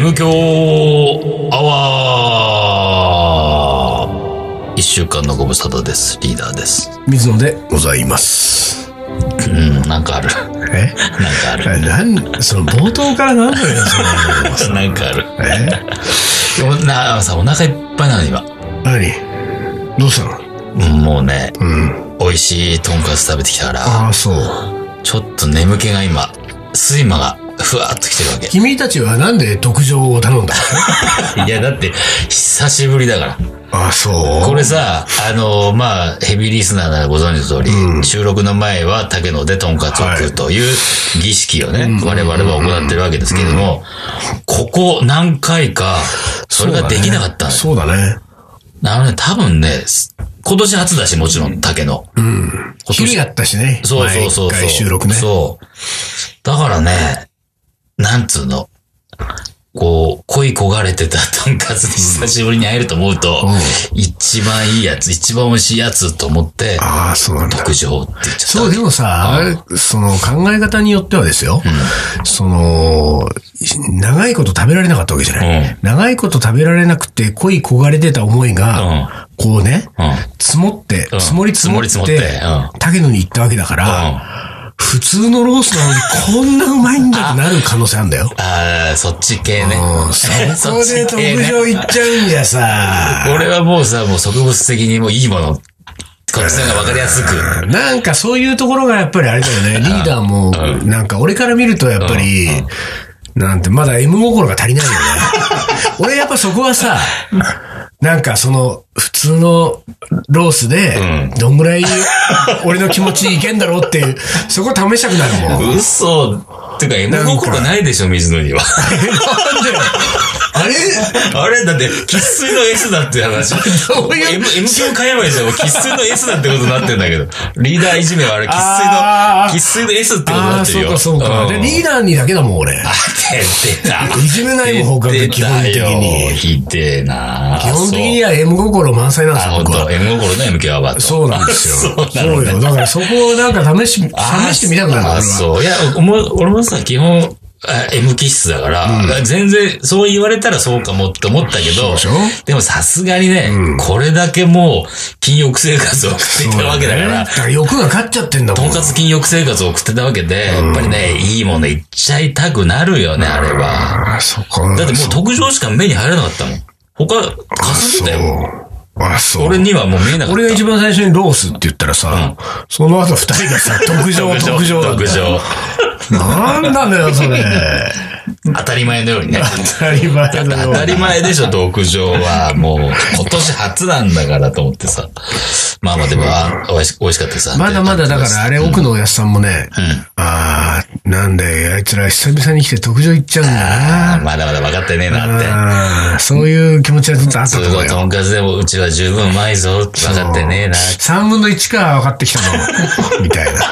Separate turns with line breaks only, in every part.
無教アワー一週間のご無沙汰です。リーダーです。
水野で
ございます。
うん、なんかある。
え
なんかあ る。
なん、その冒頭からなんだよ、その。
なんかある。
え
おなさ、お腹いっぱいなの今。
何どうしたの
うんもうね、
うん。
美味しいとんかつ食べてきたから、
ああ、そう。
ちょっと眠気が今、睡魔がふわっときてるわけ。
君たちはなんで特上を頼んだ
いや、だって、久しぶりだから。
の ああ、そう。
これさ、あの、まあ、ヘビーリスナーならご存知の通り、
うん
収録の前は竹野でトンカツを食うという儀式をね、我々は行ってるわけですけれども、ここ何回か、それができなかったのよ。
そうだね。
なので、多分ね、今年初だし、もちろん竹野。
うん。
今
昼
年
やったしね。
そうそうそうそう。
毎回収録ね。
そう。だからね、なんつうの、こう、恋焦がれてたとんかつに久しぶりに会えると思うと、一番いいやつ、一番美味しいやつと思って、
ああ、そうなんだ。
特上って言っちゃった
そう、
わけ。
でもさ、あれその考え方によってはですよ、その、長いこと食べられなかったわけじゃない。
うん
長いこと食べられなくて恋焦がれてた思いが、こうね、
うん。
積もって、
うん
積もり積もっ
積もり積
て
もって、
竹野に行ったわけだから、普通のロースなのにこんなうまいんだってなる可能性あるんだよ。
ああ、そっち系ね
う。ん、そ
そ
こ
っち
で特
系ね。
上行っちゃうんじゃ さ、
俺はもうさ、もう植物的にもういいもの、こっちの方がわかりやすく。
なんかそういうところがやっぱ りあれだよね。リーダーも、なんか俺から見るとやっぱり、なんてまだ M 心が足りないよ ね。俺やっぱそこはさ、なんかその普通のロースで、どんぐらい俺の気持ちいけんだろうって いう、そこ試したくなるもん。
嘘。てか、M
なんか
心ないでしょ、水野には。
あれ
あれだって、喫水の S だって話。
どういう
M, M 級買えばいいじゃん。喫水の S だってことになってんだけど。リーダーいじめはあれ、
あー
喫水の、喫水の S ってことに
あ
な
あ、
ってる
そう
よ。
かそうか。で、リーダーにだけだもん俺。
出てた。
いじめないもん他の基本的に
ひでえな
基本的には M 心満載なんですよ、
本
僕は
当。M 心の MK アワード。
そうなんですよ。
そうなのね
よ。だからそこをなんか試し、試
あー
してみたくなる
あー
俺は
そう。いや、おも俺もさ、基本、あ M 気質だから、全然、そう言われたらそうかもって思ったけど、
でしょ
でもさすがにね、これだけもう、禁欲生活を送っていたわけだか
ねだ、
ら
から欲が勝っちゃってんだも
と
ん。
んかつ禁欲生活を送ってたわけで、やっぱりね、いいものいっちゃいたくなるよね、あれは。
ああ、そこ。
だってもう特上しか目に入らなかったもん。他、かすんだよ。
そう。あ、そう。
俺
俺
にはもう見えなかった。
が一番最初にロースって言ったらさ、その後二人が さ、特上、特上なん
特
だよ。
上。
なんなんだよ、それ。
当たり前のようにね。
当たり前
当
だよ。
たり前でしょ、特上は。もう、今年初なんだからと思ってさ。まあまあでも、あ美味し美味しかったさ。
まだまだだから、あれ、奥のおやすさんもね、
ん
ああ、なんだよ、あいつら久々に来て特上行っちゃうん
あ
だ
ーまだまだ分かってねえなって。
な。あーそういう気持ちはずっとあった
す
と思
ご
う
い、
よ。
とんかつでもうちは十分うまいぞ。分かってねえな。
3分の1か分かってきたの。 みたいな。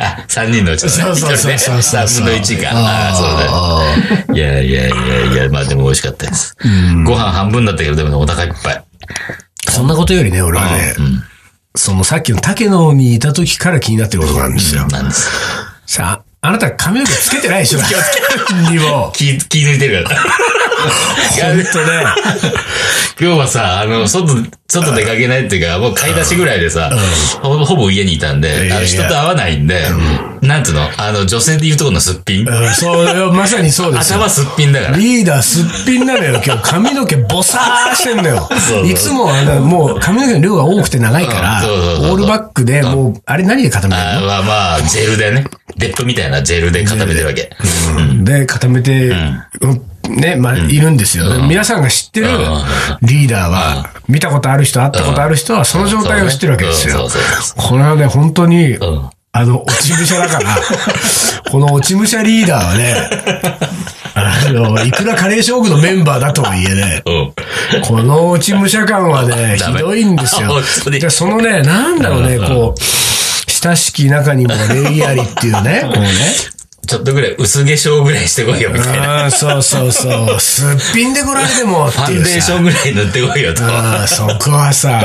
あ、三人のうちのね
そうそうそう
一人
そう
ね
そう
三分の一か。ああ、そうだ。いやいやいやいや、まあでも美味しかったです。ご飯半分だったけど、でもねお腹いっぱい。
そんなことよりね、俺はね、そのさっきの竹野にいた時から気になってることがあるんですよ。
なんです。
さあ、あなた髪の毛つけてないで しょにも。
気、気抜いてるから。
ほんとね。
今日はさ、あの、外、外出かけないっていうか、もう買い出しぐらいでさ、ほほぼ家にいたん
やい
で、
や
あの人と会わないんで、なんつうのあの、女性で言うとこのすっぴん
うんそう、まさにそうですよ。
頭すっぴんだから。
リーダーすっぴんなのよ、今日。髪の毛ボサーしてんのよ
そう。そう
いつもあの、もう髪の毛の量が多くて長いから
うんそうそうそうそ、う
オールバックで、もう、あれ何で固めるの
あまあまあ、ジェルでね。デップみたいなジェルで固めてるわけ。
で、固めて、うんね、まあ、いるんですよ、皆さんが知ってるリーダーは、見たことある人、会ったことある人は、その状態を知ってるわけです
そ
よ
う。そうそう
これはね、本当に、
ん
あの、落ち武者だ から、この落ち武者リーダーはね、あの、いくらカレー将軍のメンバーだとはいえね、
うん。
この落ち武者感はね、
ダ
ひ
メ
どいんですよ
本当に。
で、そのね、なんだろうね、こう、親しき中にも礼儀ありっていうね、こうね。
ちょっとぐらい薄化粧ぐらいしてこいよ、みたい
あ
な。
あ、そうそうそう。すっぴんで来られてもっ
ファ
てい
ン
う
デーシ
さ。
ョンぐらい塗ってこいよ、と。
ああ、そこはさ、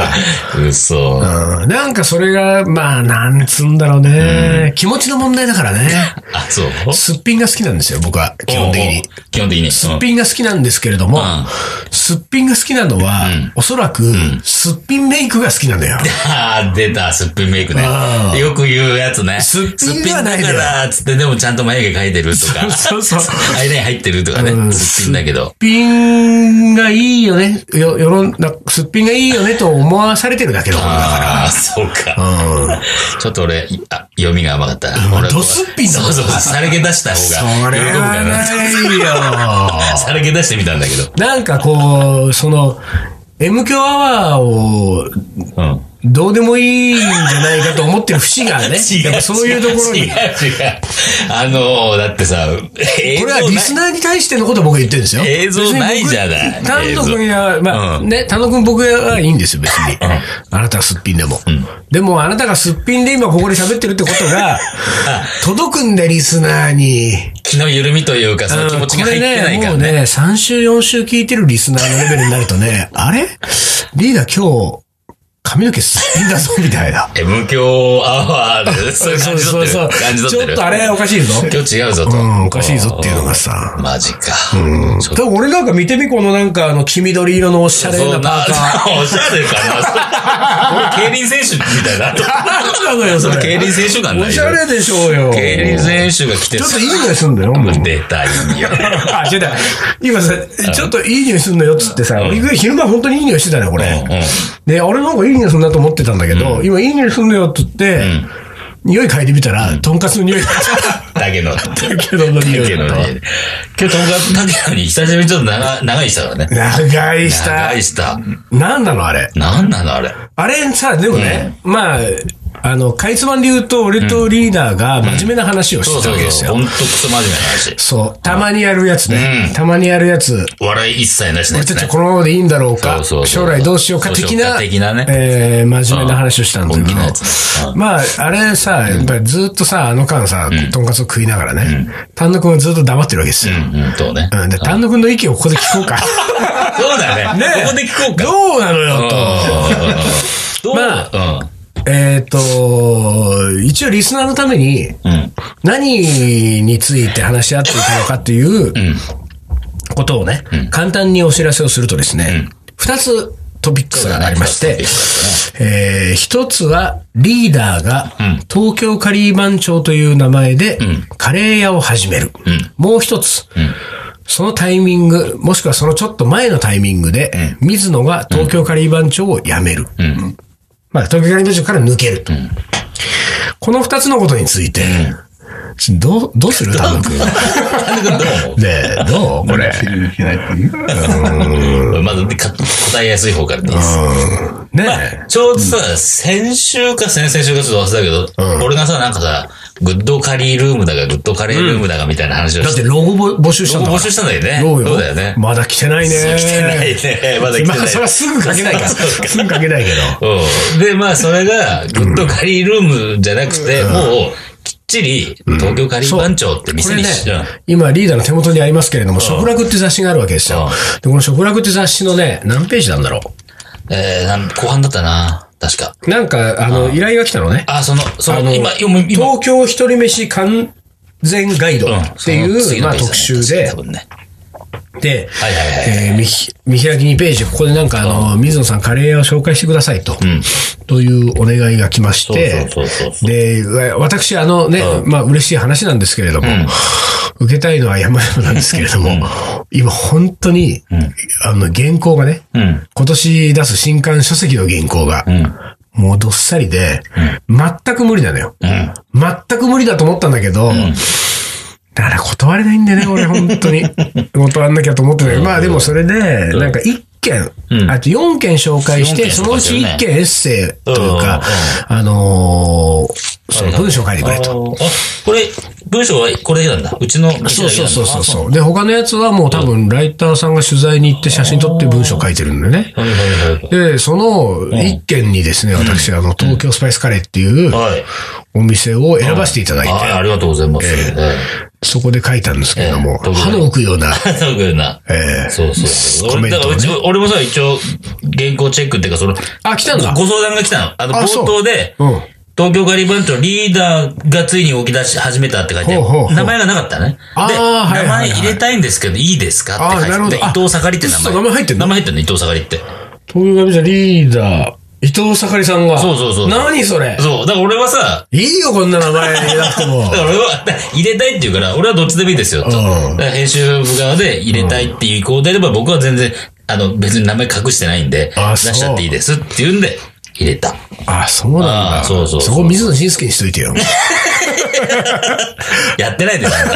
嘘。
うんなんかそれが、まあ、なんつうんだろうね。気持ちの問題だからね。
あ、そう
すっぴんが好きなんですよ、僕は、基本的
おうおう
に。
基本的に。
すっ
うん
ぴんが好きなんですけれども
うん、
すっぴんが好きなのは、おそらく、すっぴんメイクが好きなんだよ。
ああ、出た、すっぴんメイクね
う。ん
よく言うやつね。
すっぴん
す
ではないだ
だか
よ
ら、つってでもちゃんと眉毛描いてるとか。
そうそうそう。
アイライン入ってるとか
う
ね。
ん
すっぴんだけど。
ピンがいいよね。よ、世の中、すっぴんがいいよねと思わされてるだけのことだか
ああ、そうか。
ら。
ちょっと俺、いあ、読みが甘かった。
ん
俺は
ドスッピンだも
そ
ん
うそう、さらけ出した
そ
方が喜
れ
ぶ
は
か
な
な。
いよ。
さらけ出してみたんだけど。
なんかこう、その、M 強アワーを
うん。、
どうでもいいんじゃないかと思ってる節がね やっぱそういうところ
違う違
に。
う。あのー、だってさ、映
これ
像な
はいリスナーに対してのことを僕は言ってるんですよ。
映像ないじゃない
別に僕丹野君や、まあ、
うん
ね、丹野君僕はいいんですよ、別に。あなたがすっぴんでも。でも、あなたがすっぴんで今ここで喋ってるってこと が、届くんだよ、リスナーに。
気の緩みというか、その気持ちが入ってない
こ
か
れね、
ら
もう
ね。
ね、3週4週聞いてるリスナーのレベルになると ね、あれリーダー今日、髪の毛すっぴんだぞ、みたいな。
M 強アワーで、そういう感じ取ってる。感じ
ち
取
ょ
って
っ
る。
とあれおかしいぞ。
今日違うぞ
う
と。
ん、おかしいぞっていうのがさ。
マジか。ちょっと
多分俺なんか見てみ、このなんかあの黄緑色のおしゃれ
そ
な
う
パ
な
ーカ ー。、
おしゃれかな。俺競輪選手みたいな。
なんなのよ、そ
それ競
れ。
輪選手感ない
おしゃれでしょうよ。
競輪
ち
選手が来て
ょっ
さ
といい匂いすんだよ、もう。
出たいよ。
あ、違う違う今さ、ちょっといい匂いすんのよっつってさ、俺昼間本当にいい匂いしてたね、これ。
うんうん
で、俺なんかいい匂いすんなと思ってたんだけど、今いい匂いすんのよっつって、匂い嗅いでみたら、とんかつの匂いが
だけど。
けどの匂
だけ
い
ど
だったわ
ね。今日、とんかつ、だけどに久しぶりにちょっと長、長いしたからね。
長いした
長。いした。
なんなの、あれ。
なんなのあれ。
あれさ、でもね、まあ、あの、かいつまんで言うと、俺とリーダーが真面目な話を
そう
してた
そ
わ
う
けです
そう。
よ。
ほんとクソ真面目な話。
そう、たまにやるやつね。
うん
たまにやるやつ。
笑い一切なしのや
ち
つ
ょっと
ね。
このままでいいんだろうか。
そうそうそう
将来どうしようか的な、
どうしようか的なね
えー真面目な話をしたんだけ
本
ど
気なやつね。
まあ、あれさ、やっぱりずっとさ、あの間さ、とんかつを食いながらね、丹野くんはずっと黙ってるわけですよ。
うん、うん、そうね。
うん、で、丹野くんの意見をここで聞こう か。
そうだね。
ね
ここで聞こうか。
どうなのよ、と。
うんどう
ま
あ、
えっ、と、一応リスナーのために、
うん。うん。
何について話し合っていたのかっていうことをね、簡単にお知らせをするとですね、二、つトピックスがありまして、えー一つはリーダーが東京カリー番長という名前でカレー屋を始める。もう一つ、そのタイミング、もしくはそのちょっと前のタイミングで、水野が東京カリー番長を辞める。まあ、東京カリー番長から抜けると。この二つのことについて、どう、どうする田野君。ね
なんだけどどう
え、どうこれ。
思うまず、か答えやすい方からでいいです。
ね
ちょうどさ、先週か先々週かちょっと忘れたけど、俺がさ、なんかさ、グッドカリールームだが、グッドカレールームだがみたいな話を
だっ
してて、
ロゴぼ募集したんだから
募集したんだよね。
どうよ。
そうだよね。
まだ来てないね。
来てないね。まだ来て
今、
ない。
それはすぐ書けないから。
そうか
すぐ書けないけど。
うんで、まあ、それが、グッドカリールームじゃなくて、もう、きっちり、東京カリー番長って
こ
店
れ
に
ね
し、うん、
今リーダーの手元にありますけれども、食楽って雑誌があるわけですよ。で、この食楽って雑誌のね、何ページなんだろ
えーなん、後半だったな。確か。
う。なんか、あの、依頼が来たのね。
あ、その、そ
あ
の、
の
今、今、今、
東京一人飯完全ガイドってい
んその次
う、
の
まあ
ページだね
特集で
確か多、分ね。
で、
はいはいはい。
えー見ひ見開き2ページ、ここでなんかあの、水野さんカレーを紹介してくださいと、というお願いが来まして
そうそうそう、
で、わ私あのね、まあ嬉しい話なんですけれども、受けたいのは山々なんですけれども、今本当に、あの原稿がね、
うん。
今年出す新刊書籍の原稿が、もうどっさりで、全く無理なのよ。全く無理だと思ったんだけど、だから断れないんだよね、俺、本当 に。断んなきゃと思ってたけど、まあでもそれで、なんか1件、あと4件紹介して、
4件
そのうち
紹介してるね
1件エッセイというか、あのーその文章書いてくれ
あ
と。
ー、あこれ、文章はこれだけなんだ。うちの
そうそうそうそう
う。
そう。で、他のやつはもう多分ライターさんが取材に行って写真撮って文章書いてるんだよね。
はいはいはい。
で、その一軒にですね、私、あの、東京スパイスカレーっていう
はい。
お店を選ばせていただいて、
あありがとうございます。え
そこで書いたんですけれども、
ええ
歯の浮くような、
え。 そうだよな。
ええ
そうそうそう。
コメ
俺、
ン
だ
ト
か
ね
らうちも、俺もさ、一応、原稿チェックっていうか、その、
あ、来たんだ。
ご相談が来たの。あの、
あ
冒頭で、
うん。
東京ガリバンチョリーダーがついに動き出し始めたって書いてある
ほうほうほう
名前がなかったね。
あー
で、
はい
名
はいはい
前入れたいんですけど、いいですかって書いて
あーなるほど
で伊藤盛りって名
あ嘘
前。
名前入ってんの
名前入ってんの伊藤盛りって。
東京ガビじゃリーダー、伊藤盛りさんが。
そうそうそう
何それ
そう。だから俺はさ、
いいよ、こんな名前入れなくても
だ。から俺は、だ入れたいって言うから、俺はどっちでもいいですよ、と。だ
うん
から編集部側で入れたいっていう意向であれば、僕は全然、あの、別に名前隠してないんで、
あ
出
そう
しちゃっていいですって言うんで、入れた。
あ、そうなん
あ
だ。
ーそうそうそ
そ
う
こ水野慎介にしといてよ。
やってないです、あん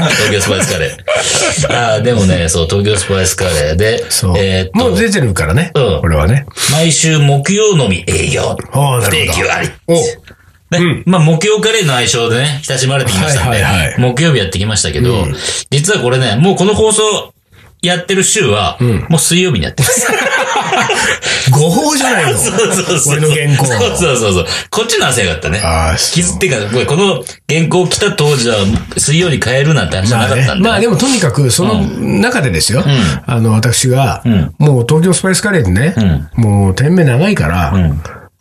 た東京スパイスカレー。ああ、でもね、そう、東京スパイスカレーで、
そう。
えーっと、
もう出てるからね。
うん
これはね。
毎週木曜のみ営業。
ああ、
不
なる
定
ほ
休あり。
ど。
ね、まあ、木曜カレーの愛称でね、親しまれてきましたんで、
はいはいはい
木曜日やってきましたけど、実はこれね、もうこの放送やってる週は、もう水曜日にやってます。
お、誤報じゃないの。
そうそうそう。
俺の原稿
そうそうそうそう。こっちの汗があったね。
ああ、そう
気づってか、これこの原稿来た当時は水曜に変えるなんて話じゃなかったんで、
まあでもとにかく、その中でですよ、あの、私が、
ん
もう東京スパイスカレーでね、もう店名長いから、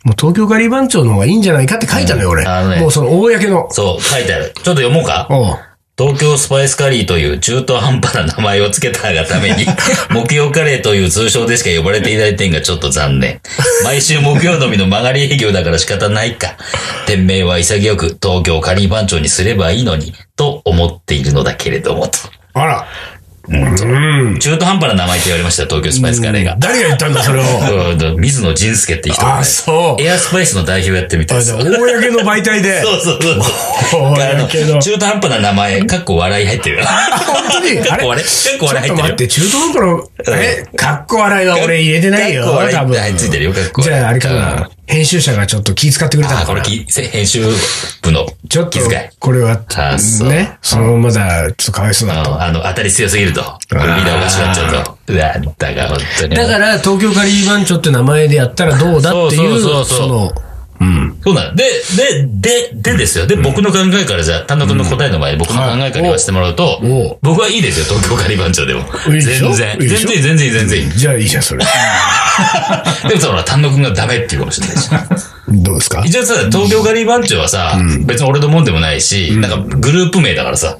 もう東京ガリ番長の方がいいんじゃないかって書いたのよ、俺。
うんあのね
もうその、公の。
そう、書いてある。ちょっと読もうか。
おう
東京スパイスカリーという中途半端な名前を付けたがため に、木曜カレーという通称でしか呼ばれていない点がちょっと残念。毎週木曜のみの曲がり営業だから仕方ないか。店名は潔く東京カリー番長にすればいいのに、と思っているのだけれども、と。
あら。うん。
中途半端な名前って言われましたよ、東京スパイスカレーが。
誰が言ったんだ、 それを。
うん水野仁介って人が
あ、
ね、
そう。
エアスパイスの代表やってみたい
あ
で
じ
す
ゃあ公の媒体で。
そうそうそうそう。
おー
あの
やけど
中途半端な名前、かっこ笑い入って るよ。
あ本当に。あ
かっ
れ
こ笑い、かっ
ちょ
こ笑
っ
い
と
入
待
っ
って
る
て、中途半端の、え、かっこ笑いは俺入れてないよ。
かっこ笑い
多分
はいついてるよかっこ笑い
じゃあ、あれかな。編集者がちょっと気遣ってくれた
よ。あ、
の
こ
か
れ
な。
き、編集部の
ちょっと
気遣い。、
これは
あ、そう
ね、そのままだ、ちょっとかわいそうだと。
あの、当たり強すぎると。リーダーおかしくなっちゃうと。なんだが、本当に。
だから、東京カリー番長って名前でやったらどうだっていう、
そうそうそうそう
その、
そうなの。で、で、で、でですよ。で、僕の考えからじゃあ、単独の答えの前に僕の考えから言わせてもらうと
はいおお、
僕はいいですよ、東京カリバン長でも。
いい
全
でしょ
然。全
いいで
然
しょ
いい、全然いい、全然いい。
じゃあいいじゃん、それ。
でもさ、ほら、単独がダメって言うかもしれない し。
どうですか
一応さ、東京ガリバンチョはさ、別に俺のもんでもないし、なんかグループ名だからさ、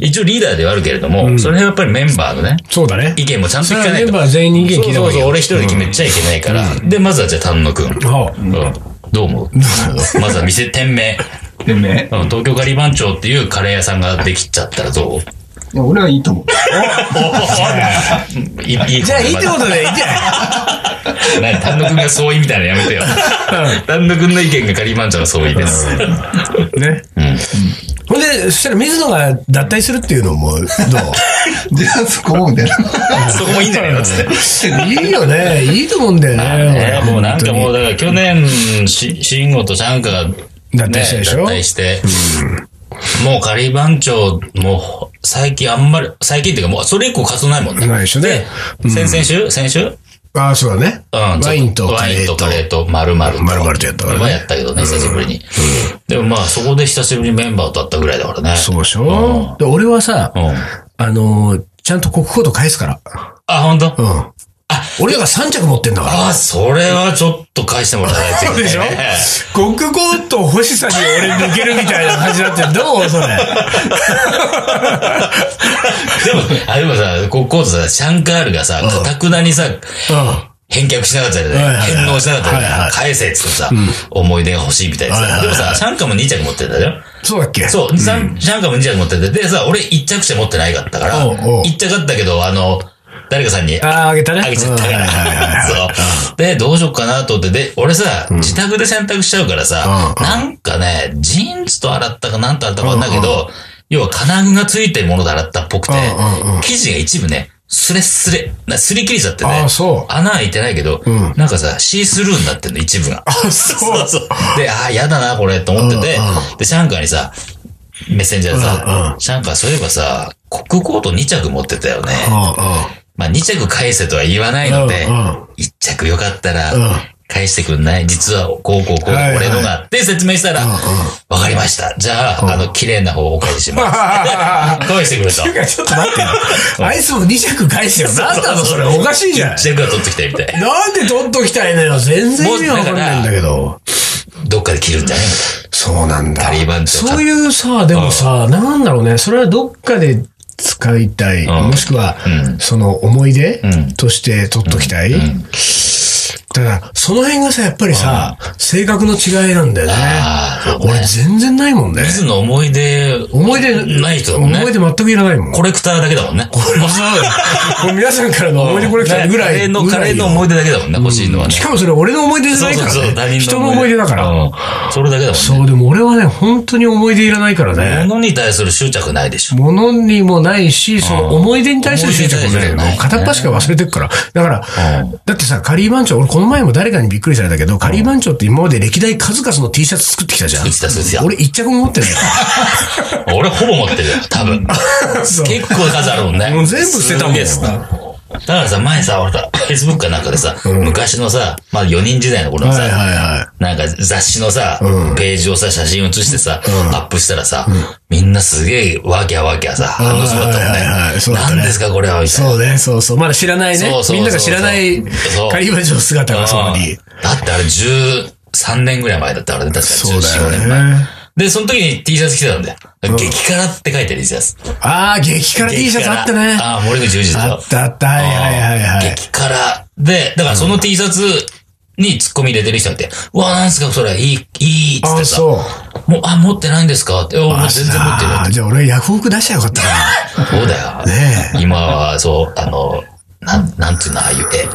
一応リーダーではあるけれども、それはやっぱりメンバーのね、
そうだね。
意見もちゃんと聞かないと。
それはメンバー全員に意見聞いた方がいいよ
そうそうそう、俺一人で決めちゃいけないから。で、まずはじゃあ丹野くん。
は
うんどう思 うまずは店、店名。
店名
うん東京ガリバンチョっていうカレー屋さんができちゃったらど う
いや、俺はいいと思う。
いいいい
じゃあいいってことで、いいじゃ
何丹野くんが相違みたいなのやめてよ。丹野くんの意見がガリバンチョの相違です。
ないね。ほんで、そしたら水野が脱退するっていうのも、どう
じゃあ、そこもみたいな。
そこもいいんじゃないのつって。
いいよね。いいと思うんだよ
ね
ね。
もうなんかもう、
う、
だから去年、し慎吾とシャンカが、ね、
脱退したでしょ
脱退してもうカリー番長、もう最近あんまり、最近っていうかもうそれ以降活動ないもんね。
ないでしょね
で先々週先週
ああ、そうだね。
うん。
ワインとカ
ワイ
レ
ン
ー
と
と
カ。レーと丸々と。
丸々とやったからね
はやったけどね、久しぶりに。でもまあそこで久しぶりにメンバーと会ったぐらいだからね。
そうでしょで俺はさ
うん。、
あのー、ちゃんと国語と返すから。
あ、本当。
うん。俺らが3着持ってんだから。
あ、それはちょっと返してもらわないといけないね。
そうで国語と星さんに俺抜けるみたいな感じになってるどうそれ。
でも、あ、でもさ、ここうさ、シャンカールがさ、かたくなにさ、
う
返却しなかったじゃ
はいはいはい
な
い
返納しなかったじゃ
はい
な
はい
い返せっつってさ、思い出が欲しいみたいで
はいはい
さ。
はい
でもさ、シャンカも2着持ってたじゃん
ん。そうだっけ
そう、シャンシャンカも2着持ってて、でさ、俺1着しか持ってないかったから、
おうおう
1着あったけど、あの、誰かさんにあ
ああ、あげたね。
げちゃったか
うんは
ら
い はいはい。
そう。で、どうしよっかなと思って、で、俺さ、自宅で洗濯しちゃうからさ、
うん
なんかね、ジーンズと洗ったかなんと洗ったかわかんないけど、要は金具がついてるもので洗ったっぽくて
うんうんうん、
生地が一部ね、スレッスレ、な擦り切れちゃってね。
ああ、そう。
穴開いてないけど、
ん
なんかさ、シースルーになってんの、一部が。
そう
そうそう。で、ああ、やだな、これ、と思ってて、
うん
で、シャンカーにさ、メッセンジャ
う
ーで
ん
さ
う、
シャンカー、そういえばさ、国コート2着持ってたよね。
う
まあ、2着返せとは言わないので、
うんうん
1着よかったら
うん、
返してくんない実は、こう、こう、こう、
はいはい
俺のが。って説明したら、
んうん
わかりました。じゃあ、あの、綺麗な方をお返しし ます。返してくれと。
ん。てか、ちょっと待ってよ。あいつも2着返してよ。なんなのそれ。おかしいじゃん
1。着は取ってきたみたい。
なんで取っときたいのよ。全然意味わかんないんだけど。
どっかで切るんじゃね
そうなんだ
タリバン。とか
そういうさ、でもさ、なんだろうね、それはどっかで使いたい。
ん
もしくは、
うん
その思い出
うん
として取っときたい。ただ、その辺がさ、やっぱりさ、性格の違いなんだよね
あーそう。ね
俺全然ないもんね。
水の思い出、
思い出、
ない人だもんね
思い出全くいらないもん。
コレクターだけだもんね。これもそう
これ皆さんからの思い出コレクターぐらい。
カレーの、
ぐ
カ
ら
レ
い
ー
よ
の思い出だけだもんね、欲しいのはね。
しかもそれ俺の思い出じゃ
そ
な
う
いか
そうそう、
ら
他
ね。
人
人の思い出だから。
うんそれだけだもんね。
そう、でも俺はね、本当に思い出いらないからね。
物に対する執着ないでしょ。
物にもないし、その思い出に対する執着も
思
ね、
い出に対してな
も
い
う片っ端から忘れてくから。だから、
うん
だってさ、カリー番長、俺この前も誰かにびっくりされたけど、カリー番長って今まで歴代数々の T シャツ作ってきたじゃん
生。きたそうですよ。
俺一着も持って ない。
俺ほぼ 持ってるよ、多分。結構数あるもんね。
もう全部捨てたもん
すげえ捨てただからさ、前さ、俺さ、Facebook かなんかでさ、昔のさ、まあ4人時代の頃の
はい
さ、
はいは
なんか雑誌のさ、ページをさ、写真写してさ、アップしたらさ、みんなすげえワーキャーワーキャーさ、反応してもらったもん
はいはいはいそう
ね
だ。ったね
何ですかこれは、み
い。
たいな。
そうね、そうそう。まだ知らないね
そうそう。そう
みんなが知らない
そう
カリー番長の姿がそこに。
だってあれ13年ぐらい前だったからね、確か
そう
に。
だ
14
よ
年前。
ね。
で、その時に T シャツ着てたんだよ。激辛って書いてる T シャツ。
ああ、激辛 T シャツあったね。
ああ、森口裕二
あ
と
っ。たあった。はいはいはいはい。
激辛。で、だからその T シャツに突っ込み入れてる人って、うわ、なんすか、それ、いい、いい、つっ
あ
て
あ、
さ、
そう。
もう、あ、持ってないんですかって、お前全然持ってるよ
あーじゃあ俺ヤフオク出しゃよかったな。
そうだよ。
ね
今は、そう、あの、なん、なんつうの、ああいう絵。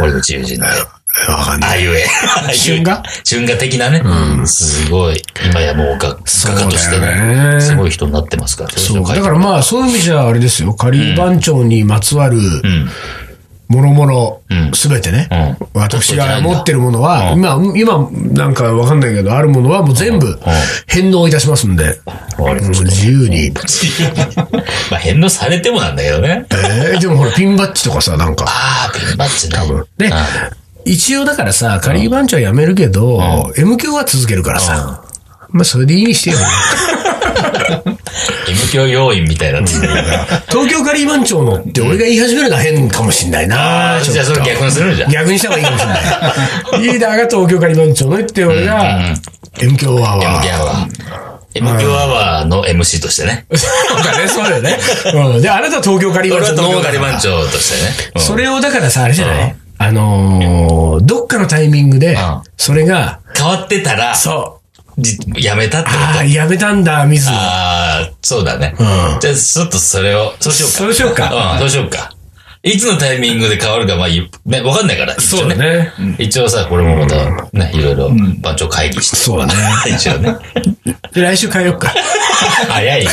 森口友人の絵。
え。わかん
あ
ない。
あいう絵。
春画
春画的なね。すごい。今やもう画画家として
そうだよ
ね、
ね
すごい人になってますから。
そう。だ
い
からまあ、そういう意味じゃあれですよ。仮番長にまつわる、
ん
もろもろ
ん、
すべてね。
う
私が持ってるものは、今、今、なんかわかんないけど、あるものはもう全部返納いたしますんで。
わかり
もう
ました
自由に。
まあ、返納されてもなんだけどね。
えー、でもほら、ピンバッジとかさ、なんか。
ああ、ピンバッジね。多
分で一応だからさ、カリー番長はやめるけど、M 響は続けるからさ。まあ、それでいいに してよ。
M 響要員みたいな。
東京カリー番長のって俺が言い始めるのは変かもしんない
あ
な
あ、じゃあそれ逆にするじゃん。
逆にした方がいいかもしれない。リーダーが東京カリバン長の言って俺が、M 響アワ
M 響
ー。
アワー。M 響アワーの MC としてね。
そうだね、そうだよね。うん。で、あなたは東京カリバン
俺は
長
東カリ番長としてね。
そ
れ、
れをだからさ、あれじゃないあのー、どっかのタイミングで
ん、
それが、
変わってたら、
そう、
じやめたってこ
ああ、
と。
やめたんだ、水野。
ああ、そうだね。
うん
じゃあ、ちょっとそれを、そうしようか。
そうしようか
うん、そうしようか。いつのタイミングで変わるか、まあ、ゆね、わかんないから。一応
そうだね。
一応さ、これもまた、ね、いろいろ、番長会議して。
そうだね。
一応ね。
で、来週変えよっか。
早いよ。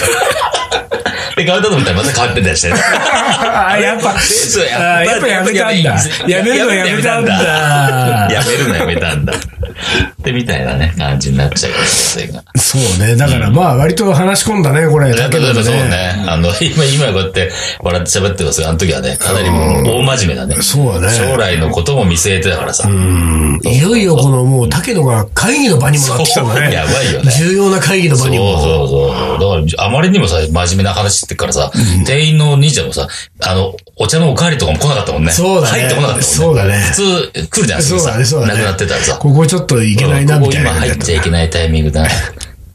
で、変わったと思ったらまた変わってたりしてね。
ああ、やっぱ、あ
そう
あやっぱやめたんだ。やめるのやめたんだ。
やめるのやめたんだ。ってみたいなね、感じになっちゃうから、それが。
そうね。だからまあ、割と話し込んだね、これ。だ
だけ
け
ど
ど
そう
ね。
ね。あの、今、今こうやって笑って喋ってますが、あの時はね、かなりもう大真面目だね。
そうだね
将来のことも見据えてだからさ。
いよいよこのもう、竹野が会議の場にもなってきたんだ
そう
ね。
やばいよね
重要な会議の場
そう
にも。
そうそう。だから、あまりにもさ、真面目な話ってっからさ、店員のお兄ちゃんもさ、あの、お茶のおかわりとかも来なかったもんね。
そうだね
入ってこなかったもんね。
そうだね
普通、来るじゃん、すぐ
そうだ
さ。
ね、そうだね。
なくなってたらさ。
ここちょっといけないな、
うん
み
ここ
たい
今
な感じ
入
だ
っ
った。
ちゃいけないタイミン グだな。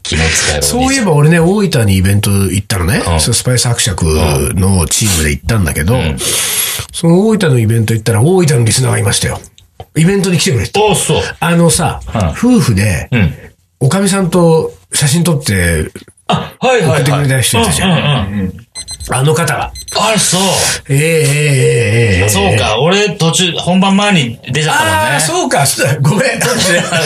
気の使いは
そういえ
ば。
ば俺ね、大分にイベント行ったのね。そうスパイス伯爵のチームで行ったんだけど、その大分のイベント行ったら大分のリスナーがいましたよ。イベントに来てくれて。
おそう。
あのさ、夫婦で、
うん。
おかみさんと写真撮って、
あ、はいはい、は
送
い。
ってくれた人いたじゃ
ん。うんうん、
あの方が、
あ、そう。
ええええええ
そう。か。俺、途中、本番前に出ちゃったもんね。
ああ、そうか、 そうだごめん。
あ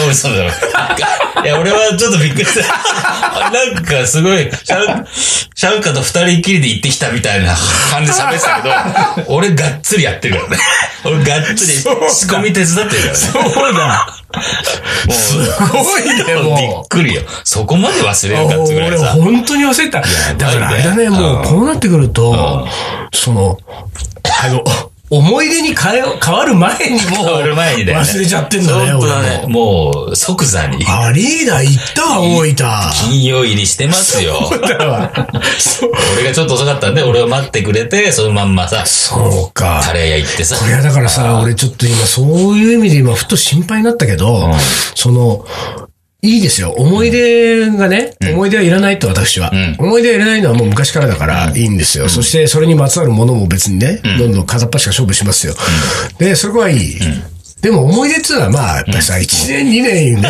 俺そうだろ。 いや、俺はちょっとびっくりした。 なんかすごい、シャウ、シャウカと二人きりで行ってきたみたいな感じで喋ってた けど、俺がっつりやってるからね。俺がっつり仕
そうか
込み手伝ってるからね。
そうだ。すごいね、
び
もう
っ。くりよ。そこまで忘れるかってぐ ら
俺
いさ。
本当に忘れた。だからあれだね、もうこうなってくると、その、あの、思い出に変え変わる前にもう、
俺前にだよね。
忘れちゃってんだね、
本当
俺
だね。
も。
もう、即座に。
あ、リーダー行ったわ、大分。
金曜入りしてますよ。
だわそう
俺がちょっと遅かったんで、俺を待ってくれて、そのまんまさ、
そうか。
カレー屋行ってさ。
いや、だからさ、俺ちょっと今、そういう意味で今、ふと心配になったけど、その、いいですよ。思い出がね、思い出はいらないと私は、
ん
思い出はいらないのはもう昔からだからいいんですよ。そしてそれにまつわるものも別にね、どんどん片っ端から勝負しますよ。で、そこはいい。でも思い出っていうのはまあ、やっぱりさ、1年2年ね、
うん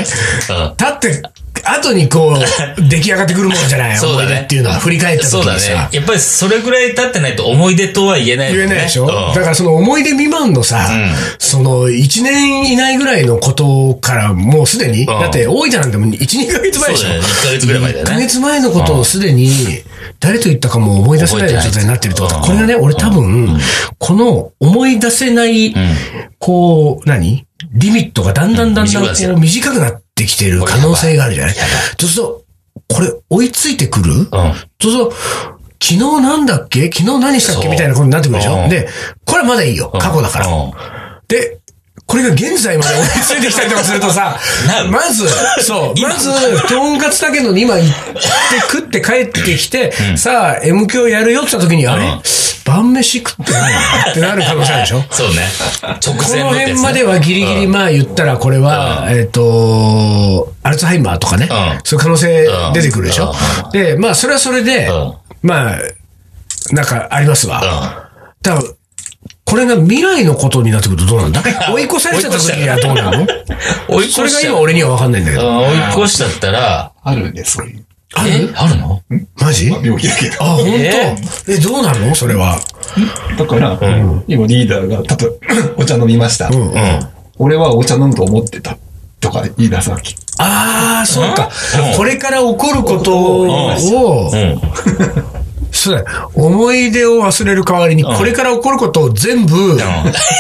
経って、後にこ う、出来上がってくるものじゃない、
そう
思
だ
い
ね
出っていうのは振り返った
そ
時
うだ
に
ね。
さ。
やっぱりそれぐらい経ってないと思い出とは言えないもん
言
ね。
えないでしょ、
うん
だからその思い出未満のさ、その1年以内ぐらいのことからもうすでに、だって大分なんてもう1、2ヶ月前でし
そう
ょ
だよね。1ヶ月ぐらい前だ
1
よ
ヶ
ね。
月前のことをすでに、誰と言ったかも思い出せないような状態になってるってことは、これがね、俺多分、この思い出せない、こう、何リミットがだんだんだんだん
うん短く
こ
な
う短くな
ってきた
ってきてる可能性があるじゃないそうすると、これ追いついてくる
うん。
そうすると、昨日なんだっけ昨日何したっけ
そう
みたいなことになってくるでし
う
ょ
ん
で、これはまだいいよ。過去だから。
うん
で、これが現在まで追いついてきたりとかするとさ
な、
まず、そう、まず、とんかつだけのに今行って食って帰ってきて、さあ、M 響やるよって言った時に、あれ、
うん
晩飯食ってないのってなる可能性あるでしょ
そうね。直
こ
前
の
のってやつね
辺まではギリギリ、まあ言ったらこれは、えっ、と、アルツハイマーとかね、
うん
そういう可能性出てくるでしょ、
う
で、まあそれはそれで、
うん
まあ、なんかありますわ。
う
だから、これが未来のことになってくるとどうなんだ追い越されちゃった時にはどうなの
ん。追い
そ
越
れ
し
が
ちゃ
今俺には分かんないんだけ
うん
ど。
追い越しちゃったら、
あるんで、そういう。
あ
え
る
あるの
マジ
まあ、病気だけど。
あ、本当
え
え、どうなのそれは。
だから、今リーダーが、たとえお茶飲みました。
うん。
うん。
俺はお茶飲むと思ってた。とか言い出すわけ。
ああ、そうか
う。ん
これから起こることを、
うん。
そうだよ思い出を忘れる代わりに、これから起こることを全 部、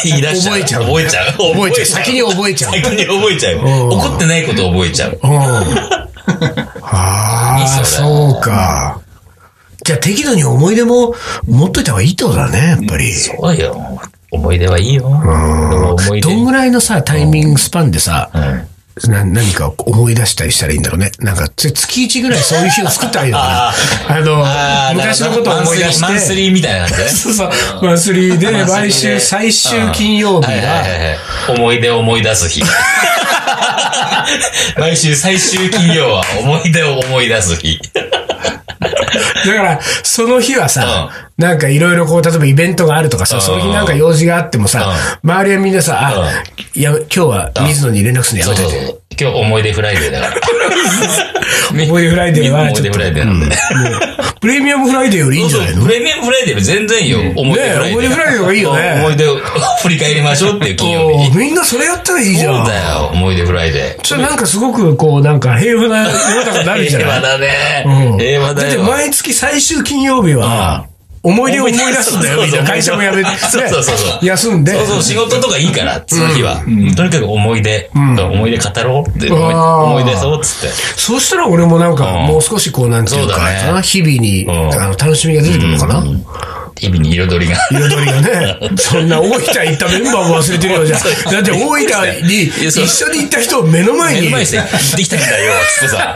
言い出しちゃう。
覚えちゃう
覚えちゃう。
覚えちゃう。先に覚えちゃう。うん。
先に覚えちゃう。
ん
怒ってないことを覚えちゃう。いい
ああ、
っすよ
そうか。じゃあ適度に思い出も持っといた方がいいってことだね、やっぱり。
そうよ。思い出はいいよ。思い出
ど。んぐらいのさ、タイミングスパンでさ、
ん
な何かを思い出したりしたらいいんだろうね。なんか、つ月1ぐらいそういう日を作ったらいいの かな。あの
あー
昔のことを思い出して。
マンスリーマンスリーみたいな感じね。
そうそう。マンスリーで、毎週、最終金曜日
はいはい
は、
はいはい。思い出を思い出す日。 毎週最終金曜は思い出を思い出す日。
だから、その日はさ、なんかいろいろこう、例えばイベントがあるとかさ、
うん
その日なんか用事があってもさ、周りはみんなさ、あ、いや、今日は水野に連絡するのや
そう
め
そう
てて。
そう。今日思い出フライデーだから。
思い出フライデーは
思い
ちょ
出
っ
フ
と、
ライデーなんで。
プレミアムフライデーよりいいんじゃないの
プレミアムフライデーより全然いいよ。思い出フライデー。
思い出フライデーの方がいいよね
思い出を振り返りましょうっていう金曜
お
日
ー
に。
みんなそれやったらいいじ
そう
ゃん。
だよ、思い出フライデー。
それなんかすごくこう、なんか平和な世の中になるじゃ
平
な
和
いう
だね
ん。
平和だ
って
よ。
毎月最終金曜日は、思い出を思い出すんだよ、みんな。会社も辞めて、
そうそうそうそう
休んで。
そうそう、仕事とかいいから、その日は。とにかく思い出、思い出語ろうって思い
あー
思い出そうっつって。
そうしたら俺もなんか、もう少しこう、なんていう
そう
か、
だね
日々に、
うん
あの、楽しみが出てくるのかな、
日々に彩りが。
彩りが ね。そんな大分行ったメンバーも忘れてるよ、じゃあ。だって大分に
いやそう
一緒に行った人を目の前
目
に
の。前にして、行ってきたんだよ、つってさ。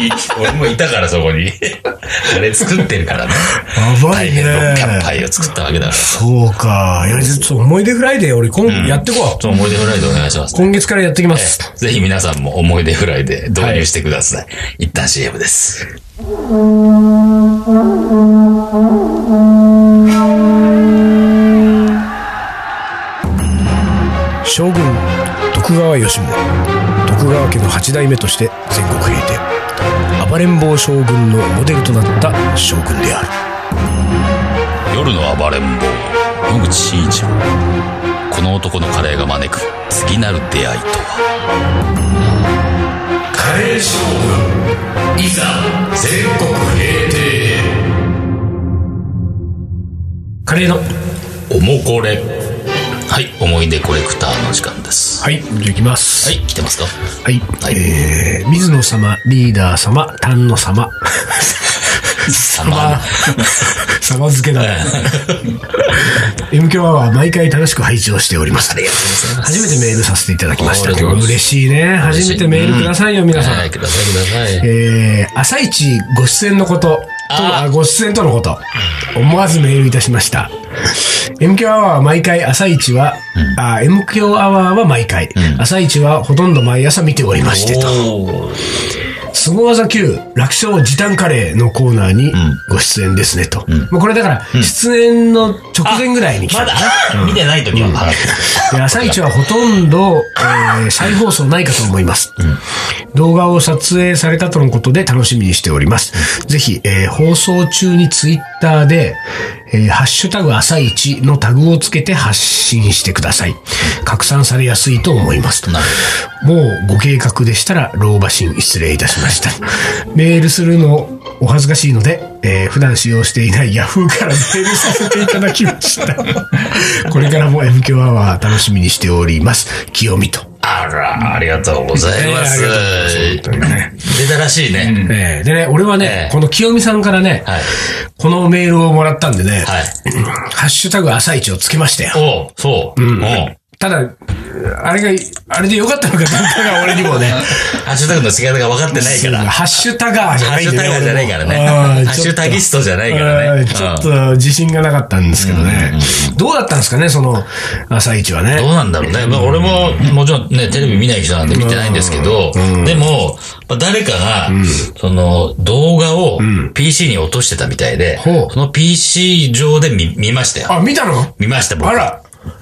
俺もいたから、そこに。あれ作ってるからね。
やば
大
いね
変600杯を作ったわけだから。
そうか。いや、ちょっと思い出フライデー、俺今、やってこう。
そう思い出フライでお願いします。
今月からやってきます。
ぜひ皆さんも思い出フライで導入してください。一旦 CM です。
将軍徳川吉宗徳川家の八代目として全国平定暴れん坊将軍のモデルとなった将軍である
夜の暴れん坊野口真一郎この男のカレーが招く次なる出会いとはカレー将軍いざ全国平定
カレーの
おもこれはい思い出コレクターの時間です
はいじゃあいきます
はい来てますか
はい、
はい
えー、水野様リーダー様丹野様
サ
様様付けだね M 響アワー毎回楽しく拝聴しております初めてメールさせていただきました
ありがとうございます
嬉しいね初めてメールくださいよ皆さん、
はいくださいください
えー、朝一ご出演のこととの、
あー
あご出演とのこと、思わずメールいたしました。 M 強アワーは毎回、朝一は、あ M 強アワーは毎回、朝一はほとんど毎朝見ておりましてと。
おー
すご技級、楽勝時短カレーのコーナーにご出演ですねと。もうこれだから、出演の直前ぐらいに来た
ま
ん
だ
だな。、
見てない時は払って
で朝一はほとんど、えー再放送ないかと思います、動画を撮影されたとのことで楽しみにしております。ぜひ、えー放送中にツイッターで、えーハッシュタグ朝一のタグをつけて発信してください。拡散されやすいと思いますと。
るなる
もうご計画でしたら、老婆心失礼いたしました。メールするのお恥ずかしいので、えー普段使用していない Yahoo からメールさせていただきました。これからも m k アワー楽しみにしております。清美と。
あら、ありがとうございます。
ええありがとうございます
出たらしいね。
えーでね、俺はね、
ええ
この清美さんからね、
はい。
このメールをもらったんでね、
はい。
ハッシュタグ朝一をつけましたよ。
おうそう。うん。ハ
ただ、あれが、あれでよかったのかどうかが俺にも ね、
ッシュタグの違いが分かってないから。
ハッシュタガーじゃ
ハ
な
ッ
いん
シ
で
ュ
ね
タガーじゃないからね。
俺もあーちょ
ハッ
っと
シュタギストじゃないから
う
ね。
んちょっ
うん
と自信がなかったんですけどね。どうだったんですかね、その朝一は
どう
ね。
なんだろうね。まあ俺も、もちろんね、テレビ見ない人なんで見てないんですけど、でも、まあ誰かが、その動画を PC に落としてたみたいで、
ほう
その PC 上で見見ましたよ。
あ、見たの
見ました、僕。
あら、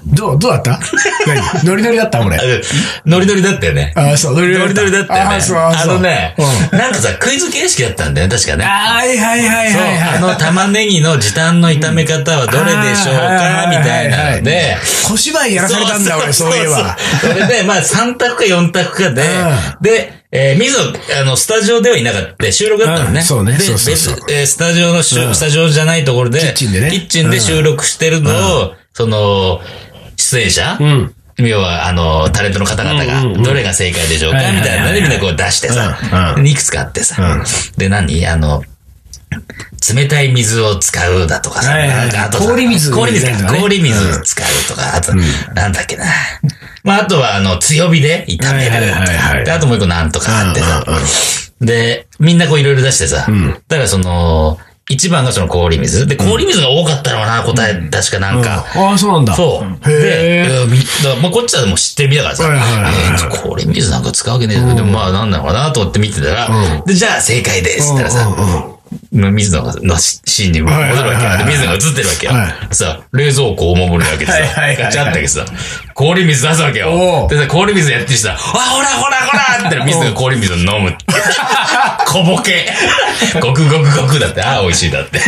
どう、どうだった 何ノリノリだった
あ
俺。
でノリノリだったよね。
あ、そう、ノリ
ノリノリだったよね。
あ、そう、
あ
そう
のね、
うん
なんかさ、クイズ形式だったんだよね、確かね。
はいはいはい
そう、
はい
あ
はい。
の玉ねぎの時短の炒め方はどれでしょうか
うん
みたいなので、
小芝居やらされたんだ俺、そういえば。
そうそうそれで、まあ、3択か4択かで
う、
で、えー、みぞ、あの、スタジオではいなかった。収録だったのね。
うんそうね
で、
そうそうそう
別えースタジオの収、
うん
スタジオじゃないところで、
キッチンでね
キッチンで収録してるのを、その、出演者
ん
要は、あの、タレントの方々
うんうんう
が、
ん
どれが正解でしょうか
はいはいは
み
い
たいなので、みんなこう出してさ
う、ん
いくつかあってさ
うん。
で、何あの、冷たい水を使うだとかさ、
はいはいはい
なんかあとさ
氷水
氷水
みたい
か
なね
氷水使うとか、あと、なんだっけな。まあ、あとは、あの、強火で炒める
はいはいはいはい
で、あともう一個なんとかあってさ。で、みんなこういろいろ出してさ。だからその、一番がその氷水。で、氷水が多かったのかな、答え、確かなんか。
ああ、そうなんだ。
そう。
へ
で、うんみだからまあ、こっちはもう知ってる身だからさ、
はいはいはい
えーこれ水なんか使うわけねえじゃん。でもまあ、なんなのかなと思って見てたら、で、じゃあ正解です。って言ったらさ、まあ水野のシーンに戻る
はい
わ
はいはい
け
は
よ。
い
で、水野が映ってるわけよ
は。
さ、冷蔵庫をお守るわけでさ
はいはいはい、はい
ガチャってわけさ、氷水出すわけ
お
よ。
う
でさ、氷水やってる人さ、あ、ほらほらほらって言 ったら水野が氷水を飲むって。 小ボケ。 ごくごくごくだって、ああ、美味しいだって。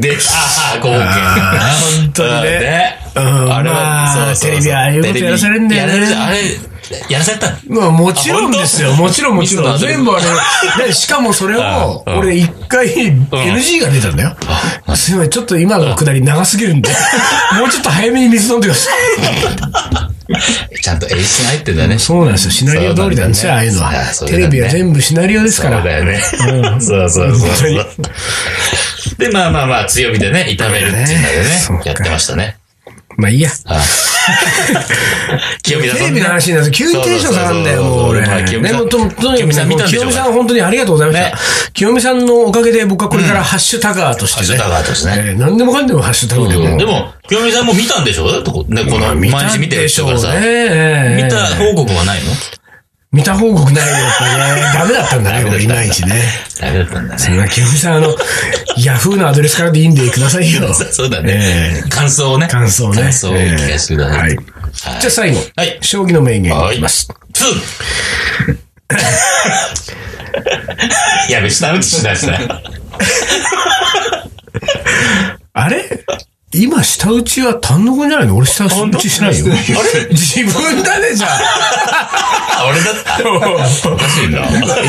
で、ああ、小ボケ。
あー本当にねうん
あれは、
まあ
そうそうそう
テレビはああいうことやらされるんだよね
テレビやられるあれ、やらされたの
まあもちろんです
あ
よ。
本当
もちろんもちろん。
ミスター
全部あ れ。でしかもそれを、
うん
俺一回 NG が出たんだよ。すいません、ちょっと今のくだり長すぎるんで、もうちょっと早めに水飲んでくださ
ちゃんと演出入ってんだね
い。。そうなんですよ。シナリオ通りなんですよ、ああ
そうなんだよね
いうの
いや
は。
そうだ
テ
よね
レビは全部シナリオですから。
そうだよね。そうそうそうそう。で、まあまあまあ、強火でね、炒めるっていうのでね
そうか、
やってましたね。
まあいいや。
はい 清美
テ
さん
レビの話になると急にテンション下がるんだよ、
そうそう
もう
そう
俺。
まあ清美
ね、
さん
もうと、とに
清
か
美さん
くもう
見たんでしょ
清美さん本当にありがとうございまし
ね
た。清美さんのおかげで僕はこれからハッシュタガーとしてね。
ハッシュタガーとしてね
えー何でもかんでもハッシュタグで
そうそう
も。
でも、清美さんも見たんでしょだってこね、この、毎日見てる人からさ
見。たんでしょうねえ
見
え
た報告はないの
見た報告ないよ、やっぱね。ダメだったんだね、こ れ、いまいちね。
ダメだったんだね。
そんな、清美さん、あの、ヤフーのアドレスからでいいんでくださいよ。
そうそうだ
え
ね。感想をね。
感想ね
感想を聞かせてください。
ええはいじゃあ最後、
はい
将棋の名言
はい
いき ます。
ツーやべ、下打ちしだした。
あれ今、下打ちは単独じゃないの俺、下打ちしないよ。あれ自分だね、じゃ あ。
あ、俺だった。おかしいな。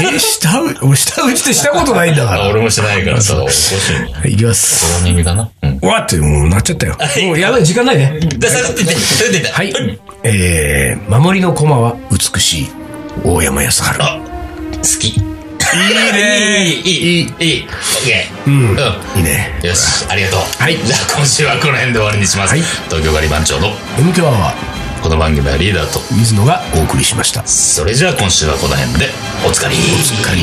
え、下打ち、俺、下打ちってしたことないんだか
あ
ら。
俺もしてないからさ、おかしい な。
いきます。
この耳かな。うん。
うわって、もうなっちゃったよ。もうやばい、時間ないね。
で、下がっていって、下がっていって。
はい。えー、守りの駒は美しい。大山康晴。
あ、好き。いいねいい、いい、いい。オッケー。うん。
いいね。
よし、ありがとう。
はい
じゃあ今週はこの辺で終わりにします。
はい
東京ガリ番長の
M 響アワー、
この番組はリーダーと。
水野がお送りしました。
それじゃあ今週はこの辺で、おつかり。おつかり。